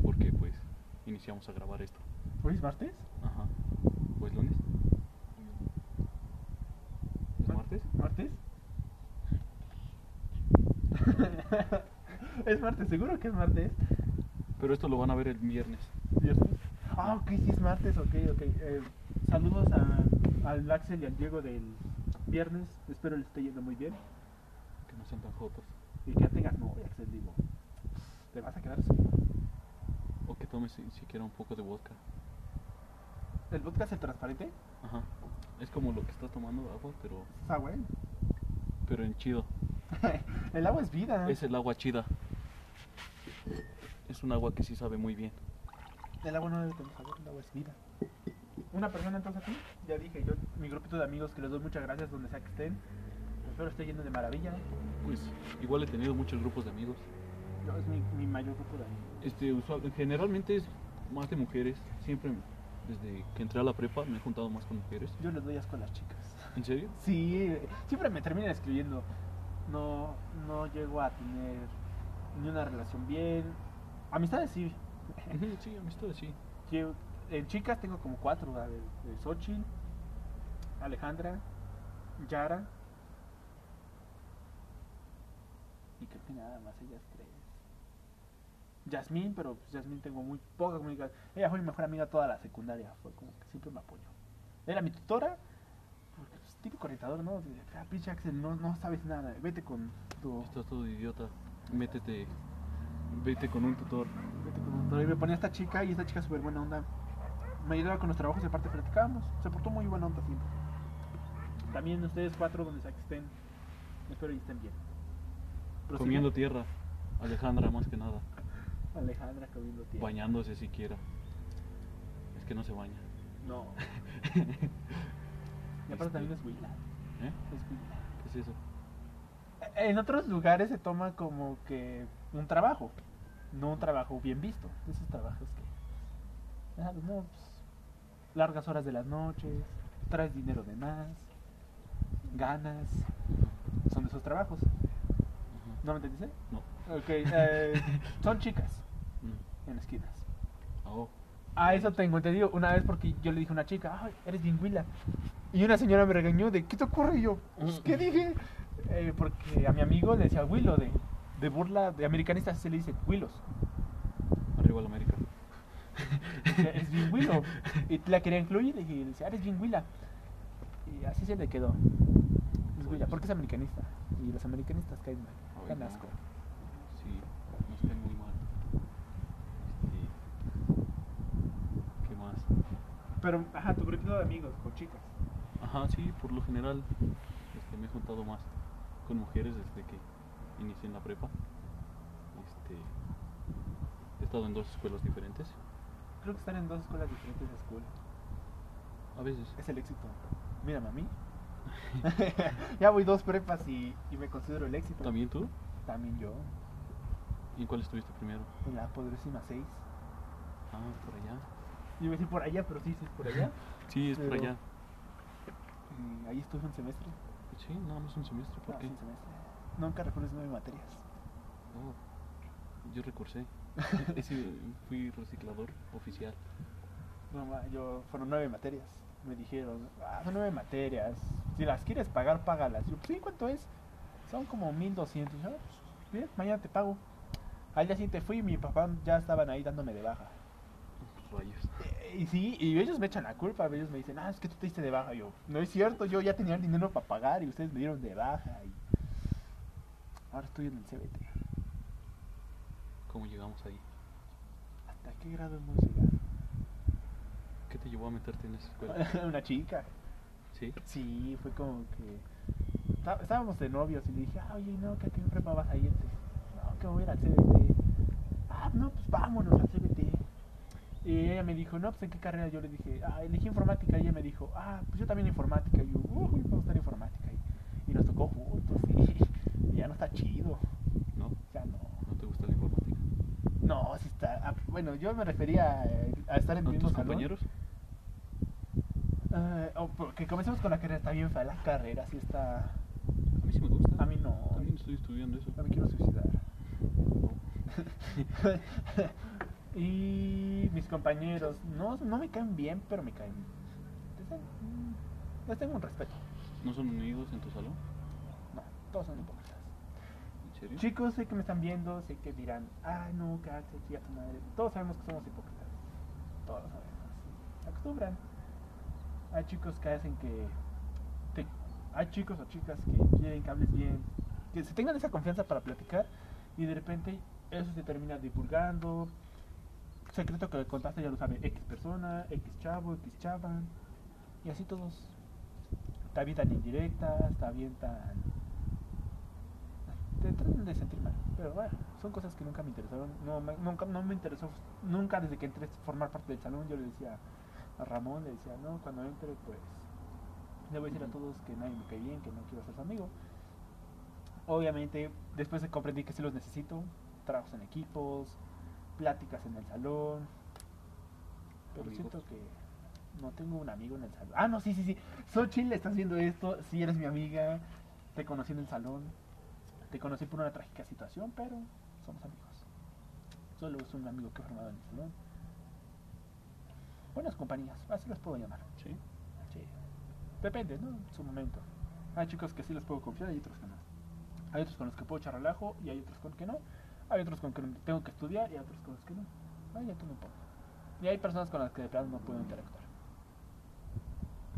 B: Porque pues iniciamos a grabar esto.
A: hoy es martes
B: Ajá. ¿O es lunes? ¿Es martes?
A: martes es martes seguro que es martes
B: Pero esto lo van a ver el viernes.
A: ¿Viernes? Ah, ok, sí es martes, ok, ok. Eh, saludos a- al Axel y al Diego del viernes. Espero les esté yendo muy bien.
B: Que no sean tan jotos.
A: Y que ya tengas novia, Axel, digo. Te vas a quedar sin
B: O que tome si- siquiera un poco de vodka.
A: ¿El vodka es el transparente?
B: Ajá. Es como lo que estás tomando agua, pero,
A: Está bueno.
B: pero en chido.
A: el agua es vida.
B: Es el agua chida. Es un agua que sí sabe muy bien.
A: El agua no debe tener sabor, el agua es vida. Una persona entonces aquí, ya dije, yo, mi grupito de amigos que les doy muchas gracias donde sea que estén. pues Espero esté yendo de maravilla.
B: Pues igual he tenido muchos grupos de amigos.
A: Yo, es mi, mi mayor grupo de amigos.
B: Este, usual- generalmente es más de mujeres. Siempre, desde que entré a la prepa, me he juntado más con mujeres.
A: Yo les doy asco a las chicas.
B: ¿En serio?
A: Sí, siempre me terminan escribiendo. No, no llego a tener ni una relación bien. Amistades sí.
B: Ujú, sí, amistades, sí.
A: Yo- en chicas tengo como cuatro, la de, de Xochitl, Alejandra, Yara. Y creo que nada más ellas tres. Yasmín, pero pues, Yasmín tengo muy poca comunicación. Ella fue mi mejor amiga toda la secundaria, fue como que siempre me apoyó. Era mi tutora, porque es típico orientador, ¿no? De, "Ah, pinche Axel, no, no sabes nada, vete con tu...
B: Estás todo idiota. Métete. Vete con un tutor.
A: Vete con un doctor. Y me ponía esta chica y esta chica súper buena onda. Me ayudaba con los trabajos y aparte platicábamos. Se portó muy buena onda siempre. También ustedes cuatro donde sea que estén. Espero y estén bien. Prosigue.
B: Comiendo tierra. Alejandra, más que nada.
A: Alejandra comiendo tierra.
B: Bañándose siquiera. Es que no se baña.
A: No. y aparte también es huila.
B: ¿Eh?
A: Es huila.
B: ¿Qué es eso?
A: En otros lugares se toma como que un trabajo. No un trabajo bien visto. Esos trabajos que... ah, no, pues, largas horas de las noches. Traes dinero de más. Ganas. Son de esos trabajos.
B: Ajá.
A: ¿No me entendiste?
B: No.
A: Ok. eh, son chicas
B: Mm.
A: en esquinas.
B: Oh.
A: Ah, eso tengo entendido. Una vez porque yo le dije a una chica, ay, eres bien huila. Y una señora me regañó de, ¿qué te ocurre? Y yo, "Pues, ¿qué dije? Eh, porque a mi amigo le decía Willow, de, de burla, de americanistas se le dice Willos.
B: Arriba la América.
A: Es bien Willow. Y la quería incluir y le decía, eres bien huila. Y así se le quedó. Es huila, porque es americanista. Y los americanistas caen mal,
B: Ay,
A: caen
B: no.
A: asco.
B: Sí, nos cae muy mal. Este, ¿Qué más?
A: Pero, ajá, tu grupito de amigos, con chicas.
B: Ajá, sí, por lo general este, me he juntado más con mujeres desde que inicié en la prepa. Este, he estado en dos escuelas diferentes.
A: Creo que están en dos escuelas diferentes de escuela.
B: A veces.
A: Es el éxito. Mírame a mí. ya voy dos prepas y, y me considero el éxito.
B: ¿También tú?
A: También yo.
B: ¿Y en cuál estuviste primero?
A: En la poderosísima 6.
B: Ah, por allá.
A: Yo iba a decir por allá, pero sí, sí es por allá.
B: Sí, es por
A: Pero-
B: allá.
A: Y ahí estuve un semestre.
B: Sí, nada más un semestre, ¿por
A: Ah,
B: qué?
A: sí, un semestre. Nunca recuerdo nueve materias.
B: Oh, yo recursé. Ese- fui reciclador oficial.
A: No, ma, yo fueron nueve materias. Me dijeron, ah, son nueve materias. Si las quieres pagar, págalas. Yo, sí, ¿cuánto es? Son como 1200. Yo, "Ah, pues, bien, mañana te pago. Al día siguiente fui y mi papá ya estaban ahí dándome de baja.
B: Rayos.
A: Eh, Y sí, y ellos me echan la culpa, ellos me dicen, ah, es que tú te diste de baja. Yo, no es cierto, yo ya tenía el dinero para pagar y ustedes me dieron de baja. Y... Ahora estoy en el CBT.
B: ¿Cómo llegamos ahí?
A: ¿Hasta qué grado hemos llegado?
B: ¿Qué te llevó a meterte en esa escuela?
A: Una chica.
B: ¿Sí?
A: Sí, fue como que. está- Estábamos de novios y le dije, ah, oye, no, que a qué prepa vas a irte. No, que voy a ir al CBT. Ah, no, pues vámonos al CBT. Y ella me dijo, no, pues en qué carrera. Yo le dije, ah, elegí informática. Y ella me dijo, ah, pues yo también informática. Y yo, uy, me gusta la informática. Y, y nos tocó juntos. Y, y ya no está chido.
B: ¿No?
A: Ya no.
B: ¿No te gusta la informática?
A: No, sí está. ah, bueno, yo me refería eh, a, estar en el
B: ¿No
A: mismo
B: tus
A: salón.
B: compañeros?
A: Eh, oh, porque comencemos con la carrera. Está bien fea la carrera, sí está.
B: A mí sí me gusta.
A: A mí no.
B: También estoy estudiando eso.
A: No me quiero suicidar.
B: No.
A: y mis compañeros, no, no me caen bien, pero me caen. les tengo- mm, Les tengo un respeto.
B: ¿No son unidos en tu salón?
A: No, todos son hipócritas.
B: ¿En serio?
A: Chicos, sé que me están viendo, sé que dirán, ay no, cállate, chica tu madre. Todos sabemos que somos hipócritas. Todos lo sabemos. Se acostumbran. Hay chicos que hacen que. te- hay chicos o chicas que quieren que hables bien, que se tengan esa confianza para platicar y de repente eso se termina divulgando, secreto que contaste ya lo sabe X persona, X chavo, X chava. Y así todos. Te avientan indirectas, te avientan. Te tratan de sentir mal. Pero bueno, son cosas que nunca me interesaron. No, me- nunca, no me interesó. Nunca desde que entré a formar parte del salón, yo le decía a Ramón, le decía, no, cuando entre, pues. Le voy a decir a todos que nadie me cae bien, que no quiero ser su amigo. Obviamente, después de comprendí que sí los necesito. Trabajos en equipos, pláticas en el salón. Pero
B: Amigos.
A: siento que no tengo un amigo en el salón. Ah, no, sí, sí, sí. Xochitl, estás viendo esto. Sí, eres mi amiga. Te conocí en el salón. Te conocí por una trágica situación, pero somos amigos. Solo es un amigo que he formado en el salón. Buenas compañías, así los puedo llamar.
B: Sí.
A: Sí. Depende, ¿no? En su momento. Hay chicos que sí los puedo confiar y otros que no. Hay otros con los que puedo echar relajo y hay otros con que no. Hay otros con que tengo que estudiar y hay otros con los que no. Ay, ya tú me pones. Y hay personas con las que de plano no puedo interactuar.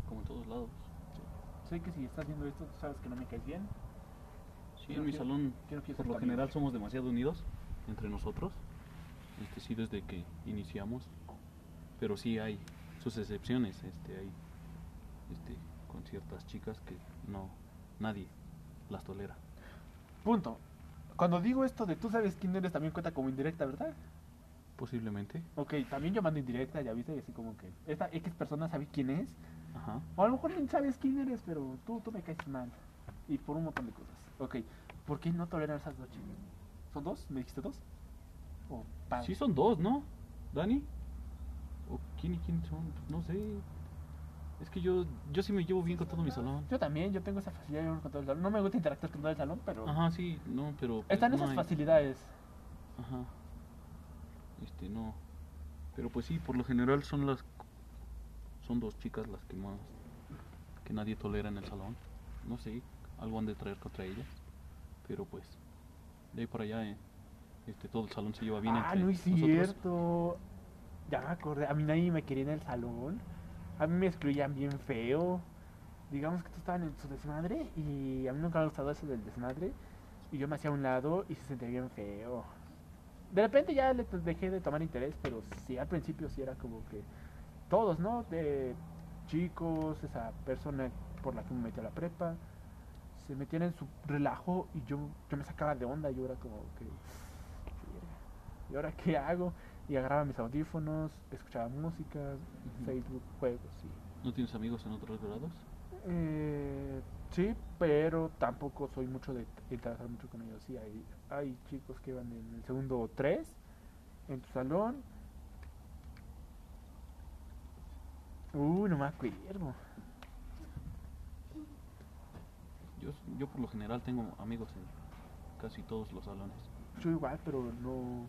B: Como en todos lados.
A: Sé que si estás viendo esto, tú sabes que no me caes bien.
B: Sí,
A: Yo no
B: en mi
A: quiero-
B: salón
A: yo no quiero
B: por
A: ser
B: lo
A: tu amigo.
B: general somos demasiado unidos entre nosotros. Este sí desde que iniciamos. Pero sí hay sus excepciones, este hay este con ciertas chicas que no nadie las tolera.
A: Punto. Cuando digo esto de tú sabes quién eres, también cuenta como indirecta, ¿verdad?
B: Posiblemente.
A: Ok, también yo mando indirecta, ya viste, y así como que esta X persona sabe quién es.
B: Ajá.
A: O a lo mejor ni sabes quién eres, pero tú, tú me caes mal. Y por un montón de cosas. Ok, ¿por qué no toleran esas dos chicas? ¿Son dos? ¿Me dijiste dos? O padre.
B: Sí son dos, ¿no? ¿Dani? ¿O quién y quién son? Pues No sé. Es que yo yo sí me llevo bien con todo mi salón.
A: Yo también, yo tengo esa facilidad de llevarme con todo el salón. No me gusta interactuar con todo el salón, pero...
B: Ajá, sí, no, pero pues,
A: Están
B: no
A: esas
B: hay-
A: facilidades.
B: Ajá. Este, no. Pero pues sí, por lo general son las. Son dos chicas las que más. que nadie tolera en el salón. No sé, algo han de traer contra ellas. Pero pues. De ahí para allá, eh, este, todo el salón se lleva bien
A: ah,
B: entre
A: no es
B: nosotros.
A: cierto. Ya me acordé. A mí nadie me quería en el salón. A mí me excluían bien feo. Digamos que todos estaban en su desmadre y a mí nunca me ha gustado eso del desmadre. Y yo me hacía a un lado y se sentía bien feo. De repente ya le to- dejé de tomar interés, pero sí, al principio sí era como que todos, ¿no? De chicos, esa persona por la que me metí a la prepa, se metían en su relajo y yo, yo me sacaba de onda. Yo era como que, "Verga, ¿y ahora qué hago? Y agarraba mis audífonos, escuchaba música,
B: Ujú.
A: Facebook, juegos, sí.
B: ¿No tienes amigos en otros grados?
A: Eh, sí, pero tampoco soy mucho de trabajar mucho con ellos. Sí, hay, hay chicos que van en el segundo 3 en tu salón. Uh, no me acuerdo.
B: Yo, yo por lo general tengo amigos en casi todos los salones.
A: Yo igual, pero no.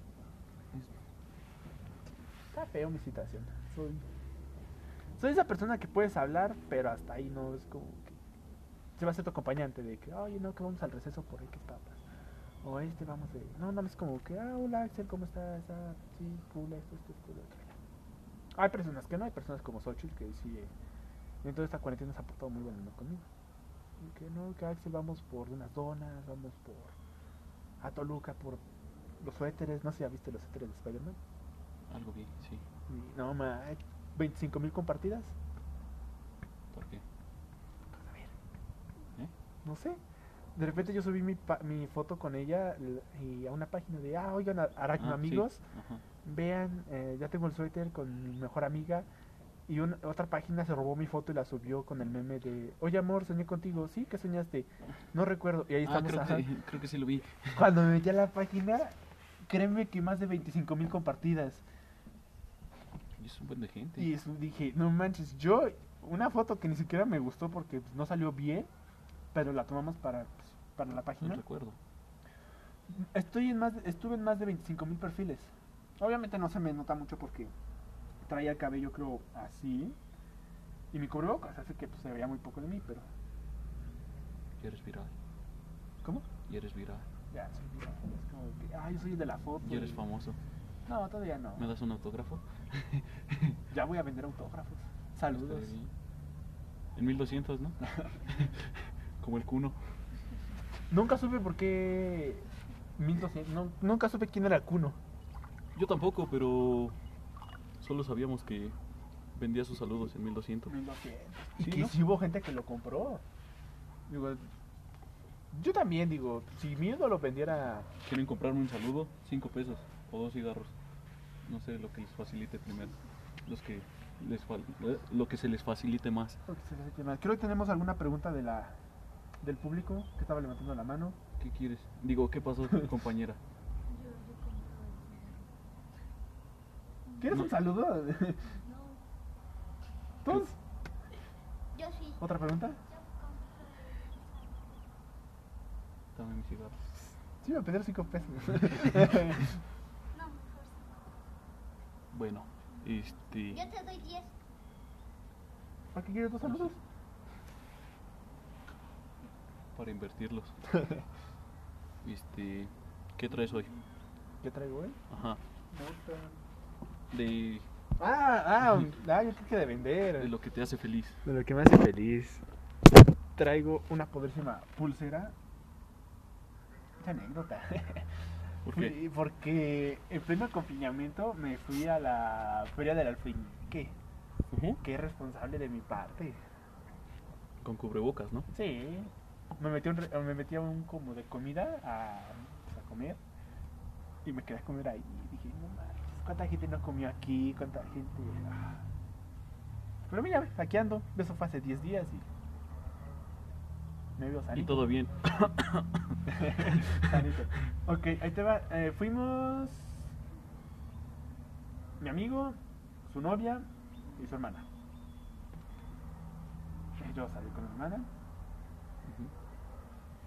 A: Está feo mi situación. Soy. Soy esa persona que puedes hablar, pero hasta ahí no es como que. Se va a ser tu acompañante de que, oye, no, que vamos al receso por X papas. O este, vamos de. No, no es como que, ah, hola Axel, ¿cómo estás? Ah, sí, cool, esto, esto, esto, lo otro". Hay personas que no, hay personas como Xochitl que sí. eh, en toda esta cuarentena se ha portado muy bueno conmigo. Y Que no, que Axel, vamos por unas donas, vamos por a Toluca por los suéteres, no sé si ya viste los suéteres de Spider-Man.
B: Algo bien, sí.
A: Y No, ma, 25 mil compartidas.
B: ¿Por qué?
A: Pues, a ver,
B: ¿Eh?
A: no sé. De repente yo subí mi, pa- mi foto con ella l- y a una página de, ah, oigan, a- Aracno
B: Ah, sí,
A: Amigos,
B: Ajá.
A: vean, eh, ya tengo el suéter con mi mejor amiga. Y un- otra página se robó mi foto y la subió con el meme de, oye amor, soñé contigo, sí, que soñaste, no recuerdo. Y ahí
B: Ah,
A: estamos,
B: creo
A: ajá.
B: que, sí, creo que sí lo vi.
A: Cuando me metí a la página, créeme que más de 25 mil compartidas.
B: Y es un buen de gente.
A: Y eso, dije, no manches, yo, una foto que ni siquiera me gustó porque pues, no salió bien, pero la tomamos para, pues, para la
B: No
A: página.
B: recuerdo.
A: Estoy en más, de- estuve en más de 25 mil perfiles. Obviamente no se me nota mucho porque traía el cabello, creo, así. Y mi cubrebocas, así que pues, se veía muy poco de mí, pero.
B: Y eres viral.
A: ¿Cómo?
B: Y eres viral.
A: Ya, soy viral, es como que, ah, yo soy el de la foto.
B: Y eres
A: y-
B: famoso.
A: No, todavía no.
B: ¿Me das un autógrafo?
A: Ya voy a vender autógrafos. Saludos.
B: Estaría bien. En 1200, ¿no? Como el cuno.
A: Nunca supe por qué. 1200, no- nunca supe quién era Kuno.
B: Yo tampoco, pero Solo sabíamos que vendía sus saludos en 1200.
A: 1200. Y
B: Sí,
A: que
B: ¿no?
A: sí hubo gente que lo compró. Digo, yo también digo, si mi ídolo vendiera
B: Quieren comprarme un saludo, 5 pesos o dos cigarros. No sé lo que les facilite primero. Los que les fal- eh, lo que se les facilite más.
A: Creo que se les hace mal. Creo que tenemos alguna pregunta de la del público que estaba levantando la mano.
B: ¿Qué quieres? Digo, ¿qué pasó, compañera?
D: Yo, yo compraba el cigarro.
A: ¿Quieres
B: No.
A: un saludo?
D: No,
A: Entonces,
D: yo sí.
A: ¿otra pregunta?
D: Yo compraba el cigarro.
B: Dame mi cigarro.
A: Sí, me pidieron cinco pesos.
D: No, mejor sí.
B: Bueno, este.
D: Yo te doy 10.
A: ¿Para qué quieres dos saludos?
B: Para invertirlos. Este. ¿Qué traes hoy?
A: ¿Qué traigo, eh?
B: Ajá. De,
A: Ah, ah, ah, yo creo que de vender.
B: de lo que te hace feliz.
A: De lo que me hace feliz. Traigo una poderísima pulsera. Esta anécdota.
B: ¿Por
A: Fui-
B: qué?
A: Porque en pleno confinamiento me fui a la feria del alfeñique.
B: Ujú.
A: Que es responsable de mi parte.
B: Con cubrebocas, ¿no?
A: Sí. Me metí, a un, re- me metí a un como de comida a, pues, a comer. Y me quedé a comer ahí. Y dije, no mames, ¿cuánta gente no comió aquí? ¿Cuánta gente? Ah. Pero mira, ve, aquí ando. Eso fue hace 10 días y. Me veo
B: Y
A: sanito.
B: todo bien.
A: sanito. Ok, ahí te va. Eh, fuimos. Mi amigo, su novia y su hermana. Eh, Yo salí con mi hermana.
B: Ujú.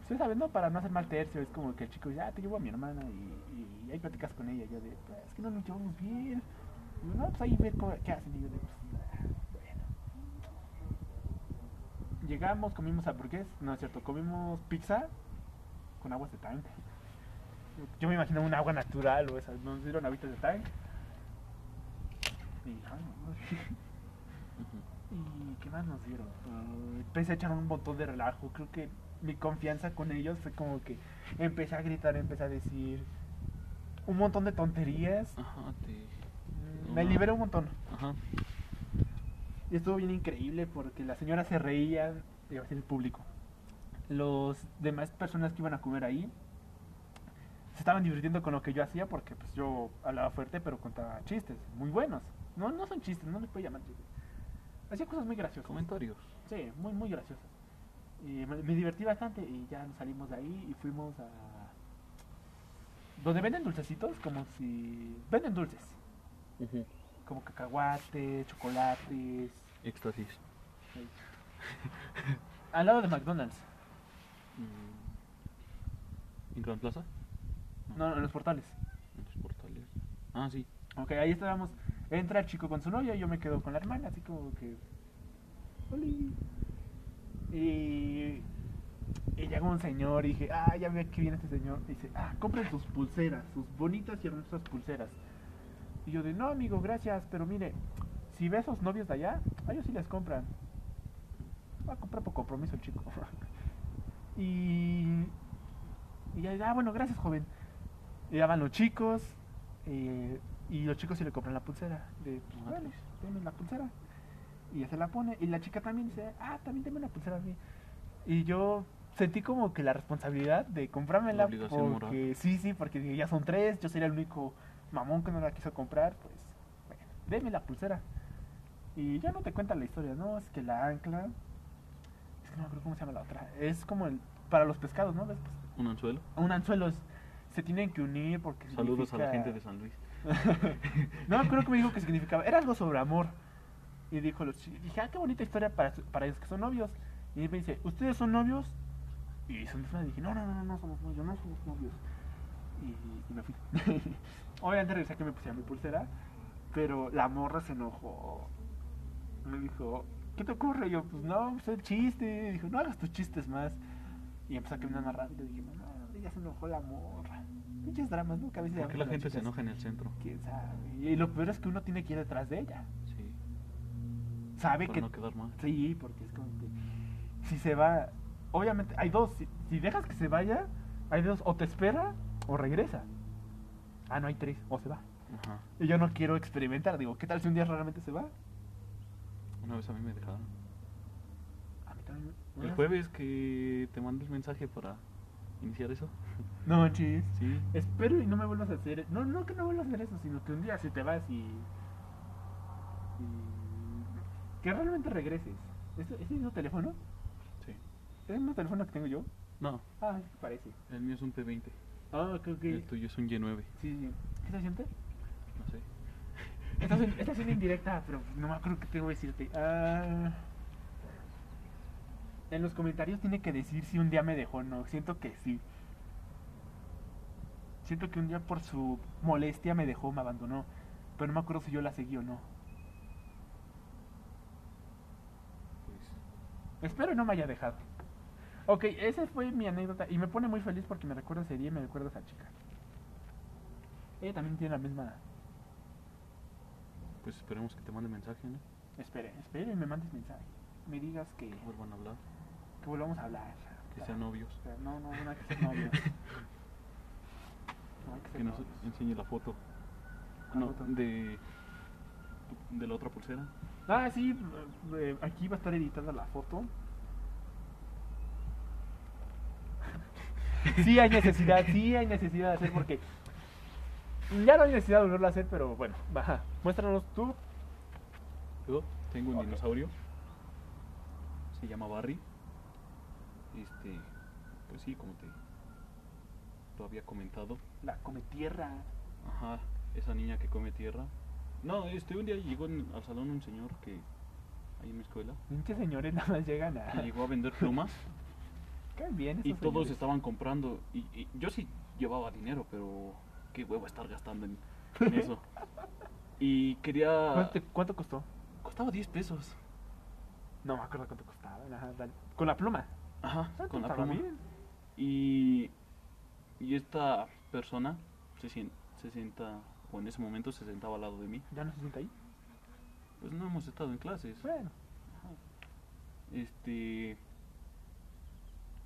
A: Sí, ¿sabes? No, para no hacer mal tercio, es como que el chico dice, ah, te llevo a mi hermana y, y ahí platicas con ella. Y yo de, pues es que no nos llevamos bien. Y yo, no, pues ahí ver cómo- qué hacen. Y yo de, pues, ah, bueno. Llegamos, comimos hamburgués, no es cierto, comimos pizza con aguas de tank. Yo me imagino un agua natural o esas, nos dieron aguitas de tank. Y, ah, no.
B: Ujú.
A: ¿Y qué más nos dieron? Eh, empecé a echar un montón de relajo. Creo que mi confianza con ellos fue como que empecé a gritar, empecé a decir un montón de tonterías.
B: Ajá, te.
A: Mm, Me liberé un montón.
B: Ajá.
A: Y estuvo bien increíble porque las señoras se reían, iba a decir el público. Los demás personas que iban a comer ahí se estaban divirtiendo con lo que yo hacía porque pues yo hablaba fuerte pero contaba chistes muy buenos. No, no son chistes, no les puedo llamar chistes. Hacía cosas muy graciosas.
B: Comentarios.
A: Sí, muy, muy graciosa. Y me, me divertí bastante y ya nos salimos de ahí y fuimos a... Donde venden dulcecitos, como si... Venden dulces,
B: Ujú.
A: como cacahuates, chocolates.
B: Éxtasis.
A: ahí. Al lado de McDonald's,
B: Mm. ¿En Gran Plaza?
A: no, en los portales.
B: En los portales. Ah, sí.
A: Ok, ahí estábamos. Entra el chico con su novia y yo me quedo con la hermana, así como que. "Oli". Y. Y llega un señor y dije, ah, ya veo que viene este señor. Y dice, ah, compren sus pulseras, sus bonitas y hermosas pulseras. Y yo de, no, amigo, gracias, pero mire, si ve a esos novios de allá, a ellos sí les compran. Va a comprar por compromiso el chico. y. Y ya, ah, bueno, gracias, joven. Y ya van los chicos. eh, y los chicos sí le compran la pulsera. De, pues,
B: Ah,
A: bueno,
B: pues.
A: deme la pulsera. Y ya se la pone. Y la chica también dice, ah, también deme una pulsera a mí. Y yo sentí como que la responsabilidad de comprármela.
B: La obligación
A: porque,
B: moral.
A: Sí, sí, porque dije, ya son tres. Yo sería el único mamón que no la quiso comprar. Pues, bueno, deme la pulsera. Y ya no te cuentan la historia, ¿no? Es que la ancla. Es que no me acuerdo cómo se llama la otra. Es como el. Para los pescados, ¿no? ¿Ves? Pues,
B: Un anzuelo.
A: un anzuelo es- se tienen que unir porque
B: Saludos a la gente de
A: significa-
B: San Luis.
A: no creo que me dijo que significaba era algo sobre amor y dijo los chi- dije ah qué bonita historia para su- para ellos que son novios y me dice ustedes son novios y son personas dije no no no no, no somos novios no somos novios y, y me fui obviamente regresé a que me pusiera mi pulsera pero la morra se enojó me dijo qué te ocurre Y yo pues no pues es chiste dijo no hagas tus chistes más y empezó a caminar más rápido y dije no no, ya se enojó la morra pinches dramas no que a veces
B: ¿Por qué la
A: hacen las
B: gente se
A: chicas.
B: enoja en el centro?
A: ¿Quién sabe? Y lo peor es que uno tiene que ir detrás de ella.
B: Sí.
A: Sabe
B: Para
A: que...
B: no quedar mal.
A: Sí, porque es como que... Si se va... Obviamente, hay dos. Si, si dejas que se vaya, hay dos. O te espera o regresa. Ah, no, hay tres. O se va.
B: Ajá.
A: Y yo no quiero experimentar. Digo, ¿qué tal si un día realmente se va?
B: Una vez a mí me dejaron.
A: Ah. A mí también. me-
B: El jueves que te mandé el mensaje para iniciar eso.
A: No manches.
B: Sí.
A: Espero y no me vuelvas a hacer. No, no que no vuelvas a hacer eso, sino que un día si te vas y. y- que realmente regreses. ¿Este, ¿Este mismo teléfono?
B: Sí.
A: ¿Es el mismo teléfono que tengo yo?
B: No,
A: Ah, parece.
B: el mío es un P20.
A: Ah, creo que.
B: El tuyo es un Y9.
A: Sí, sí. ¿Qué se siente?
B: No sé.
A: Esta es, esta es una indirecta, pero no me acuerdo qué tengo que decirte. Ah, en los comentarios tiene que decir si un día me dejó o no. Siento que sí. Siento que un día por su molestia me dejó, me abandonó. Pero no me acuerdo si yo la seguí o no.
B: Pues
A: Espero no me haya dejado. Ok, esa fue mi anécdota y me pone muy feliz porque me recuerda ese día y me recuerda a esa chica. Ella también tiene la misma...
B: Pues esperemos que te mande mensaje, ¿no?
A: Espere, espere y me mandes mensaje. Me digas que,
B: Que vuelvan a hablar,
A: que volvamos a hablar.
B: que sean novios,
A: Pero no, no, no hay que ser novios. No hay que
B: que
A: ser
B: nos
A: novios. Ah,
B: enseñe la foto.
A: ¿Cuál
B: No,
A: foto?
B: de, de la otra pulsera.
A: Ah, sí, eh, aquí va a estar editada la foto. Sí hay necesidad, sí hay necesidad de hacer porque ya no hay necesidad de volverlo a hacer, pero bueno, baja. Muéstranos tú.
B: Yo tengo un
A: Ok.
B: dinosaurio, se llama Barry. Este, pues sí, como te lo había comentado.
A: La come tierra.
B: Ajá, esa niña que come tierra. No, este, un día llegó en- al salón un señor que, ahí en mi escuela,
A: Pinches señores nada más llegan a.
B: que llegó a vender plumas.
A: Caen bien
B: Y
A: esos
B: todos
A: señores.
B: estaban comprando. Y, y yo sí llevaba dinero, pero qué huevo estar gastando en, en eso. Y quería.
A: ¿Cuánto, te- cuánto costó?
B: Costaba 10 pesos.
A: No me acuerdo cuánto costaba. ajá, dale. Con la pluma.
B: Ajá,
A: Ah,
B: con la
A: estaba
B: pluma.
A: bien.
B: Y, y esta persona se, sien- se sienta, o en ese momento se sentaba al lado de mí.
A: Ya no se sienta ahí.
B: Pues no hemos estado en clases.
A: Bueno.
B: Este.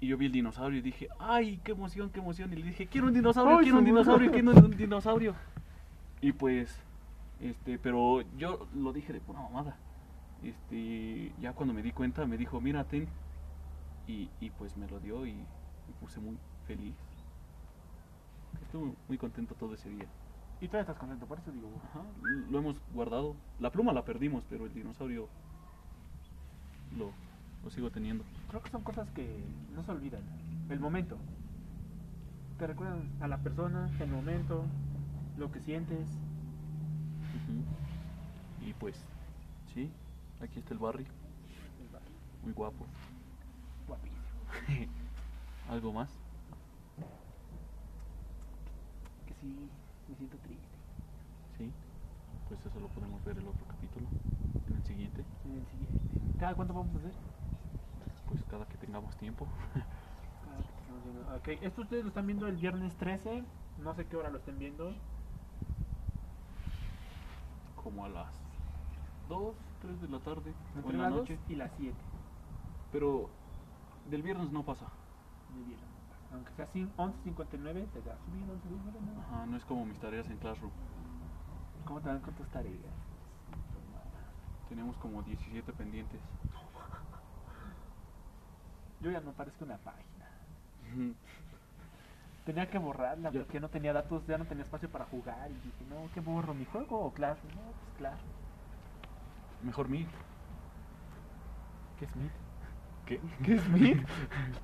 B: Y yo vi el dinosaurio y dije, ¡ay, qué emoción, qué emoción! Y le dije, ¡quiero un dinosaurio,
A: ¡Ay,
B: quiero un
A: su-
B: dinosaurio, quiero un dinosaurio! Y pues, este, pero yo lo dije de pura mamada. Este, ya cuando me di cuenta, me dijo, mira, ten. Y, y pues me lo dio y me puse muy feliz. Estuve muy contento todo ese día.
A: Y todavía estás contento, por eso digo.
B: Ajá, lo hemos guardado. La pluma la perdimos, pero el dinosaurio lo, lo sigo teniendo.
A: Creo que son cosas que no se olvidan. El momento. Te recuerdan a la persona, el momento, lo que sientes.
B: Ujú. Y pues, sí, aquí está el Barry,
A: el bar.
B: muy guapo.
A: Guapísimo.
B: ¿Algo más?
A: Que sí, me siento triste.
B: Sí. Pues eso lo podemos ver el otro capítulo, en el siguiente,
A: En el siguiente. ¿Cada cuánto vamos a hacer?
B: pues cada que tengamos tiempo.
A: Cada que estamos viendo. Ok, esto ustedes lo están viendo el viernes 13. No sé qué hora lo estén viendo.
B: Como a las 2, 3 de la tarde o
A: Entre
B: en la
A: las dos
B: noche.
A: y las 7
B: Pero del viernes no pasa.
A: de viernes. Aunque sea así, 11.59, te da subir, 11.59. ¿no?
B: Ajá, no es como mis tareas en Classroom.
A: ¿Cómo te van con tus tareas?
B: Tenemos como 17 pendientes.
A: Yo ya no parezco una página. Tenía que borrarla
B: Ya.
A: porque no tenía datos, ya no tenía espacio para jugar. Y dije, no, ¿qué borro? ¿Mi juego o Clash? No, pues claro.
B: Mejor mí.
A: ¿Qué es Meet?
B: ¿Qué?
A: ¿Qué es Meet?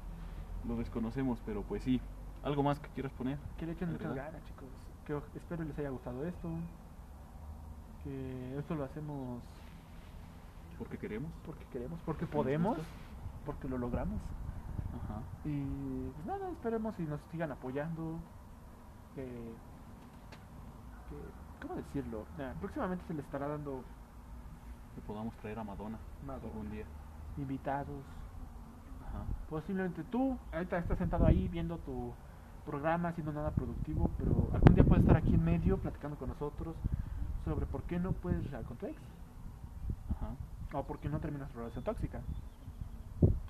B: Lo desconocemos, pero pues sí. ¿Algo más que quieras poner?
A: que le echen muchas
B: ¿Verdad?
A: ganas, chicos. Que o- espero les haya gustado esto. Que esto lo hacemos
B: Porque queremos.
A: porque queremos, porque
B: Porque nos
A: podemos,
B: gusta.
A: porque lo logramos.
B: Ajá.
A: Y pues nada, esperemos y nos sigan apoyando. Que, que- ¿Cómo decirlo? Ah, próximamente se le estará dando
B: Que podamos traer a Madonna,
A: Madonna.
B: algún día.
A: invitados,
B: Ajá.
A: Posiblemente tú, ahorita estás sentado ahí viendo tu programa, haciendo nada productivo, pero algún día puedes estar aquí en medio platicando con nosotros sobre por qué no puedes regresar con tu ex,
B: Ajá.
A: o por qué no terminas tu relación tóxica,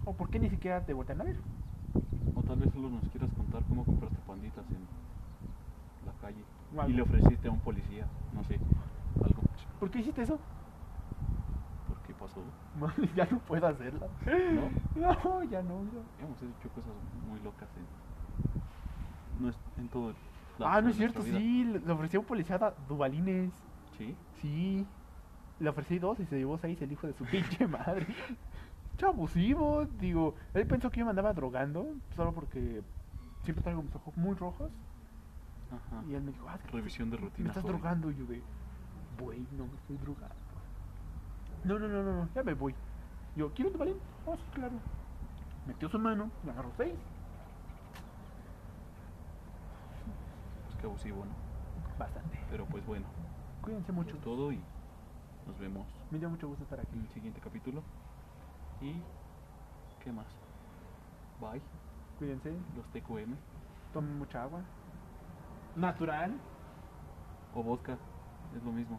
A: o por qué ni siquiera te vuelven a ver.
B: O tal vez solo nos quieras contar cómo compraste panditas en la calle
A: Vale.
B: y le ofreciste a un policía, no sé, algo,
A: ¿Por qué hiciste eso?
B: porque pasó,
A: Mami, ya no puedo hacerla.
B: ¿no?
A: No, ya no. ya.
B: Hemos hecho cosas muy locas en, no es, en todo el lapso
A: Ah, no
B: de
A: es cierto,
B: nuestra vida.
A: sí. Le le ofrecí a un policía da- dubalines.
B: Sí,
A: Sí. Le ofrecí dos y se llevó seis el hijo de su pinche madre. Che abusivo, digo. Él pensó que yo me andaba drogando solo porque siempre traigo mis ojos muy rojos.
B: ajá.
A: Y él me dijo, ah, es que
B: Revisión de
A: me
B: rutina.
A: estás
B: joven.
A: drogando. Y yo de, güey, no me estoy drogando. No, no, no, no, no, ya me voy. Yo, ¿quiero un dubalín? Ah, sí, claro. Metió su mano, me agarró seis.
B: Pues qué abusivo, ¿no?
A: Bastante.
B: Pero pues bueno,
A: Cuídense
B: mucho
A: mucho.
B: todo y nos vemos
A: Me dio mucho gusto estar aquí.
B: en el siguiente capítulo. Y qué más. Bye,
A: Cuídense,
B: los TQM
A: tomen mucha agua. Natural.
B: o vodka, es lo mismo.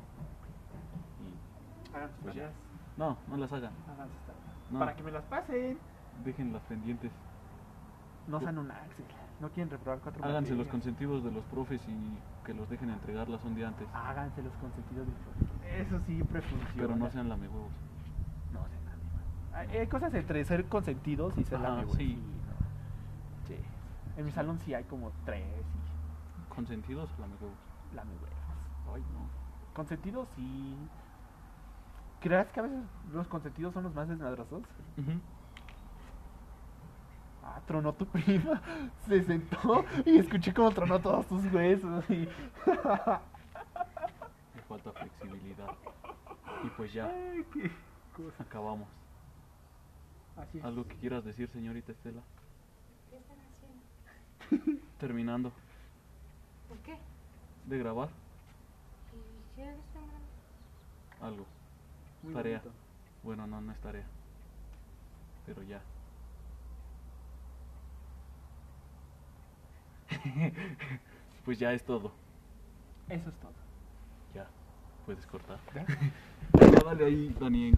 B: Y
A: Hagan sus
B: Pues ya.
A: tareas.
B: no, no las hagan,
A: Hagan sus tareas.
B: No.
A: Para que me las pasen.
B: dejen las pendientes.
A: No sean un Axel. No quieren reprobar cuatro
B: Háganse los
A: materias.
B: consentidos de los profes y que los dejen entregarlas un día antes.
A: Ah, Háganse los consentidos del profesor. Eso siempre funciona.
B: Pero no sean lamehuevos.
A: No sean amigos. Hay hay cosas entre ser consentidos y ser
B: Ajá,
A: amigo.
B: sí.
A: no. Sí. En mi salón sí hay como tres y
B: ¿Consentidos o lamehuevos?
A: lamehuevos.
B: Ay, no.
A: Consentidos sí. ¿Crees que a veces los consentidos son los más desmadrosos?
B: Ujú.
A: Ah, tronó tu prima. Se sentó y escuché cómo tronó todos tus huesos. Y...
B: Me falta flexibilidad. Y pues ya,
A: Ay, qué cosa.
B: acabamos.
A: Así es.
B: ¿Algo que quieras decir, señorita Estela?
D: ¿Qué están haciendo?
B: Terminando
C: ¿Por qué?
B: de grabar
D: ¿Y qué les están dando?
B: algo.
A: Muy
B: tarea.
A: bonito.
B: Bueno, no, no es tarea. Pero ya. pues ya es todo.
A: Eso es todo.
B: Ya. Puedes cortar.
A: ¿Ya?
B: Ya dale ahí, Dani, en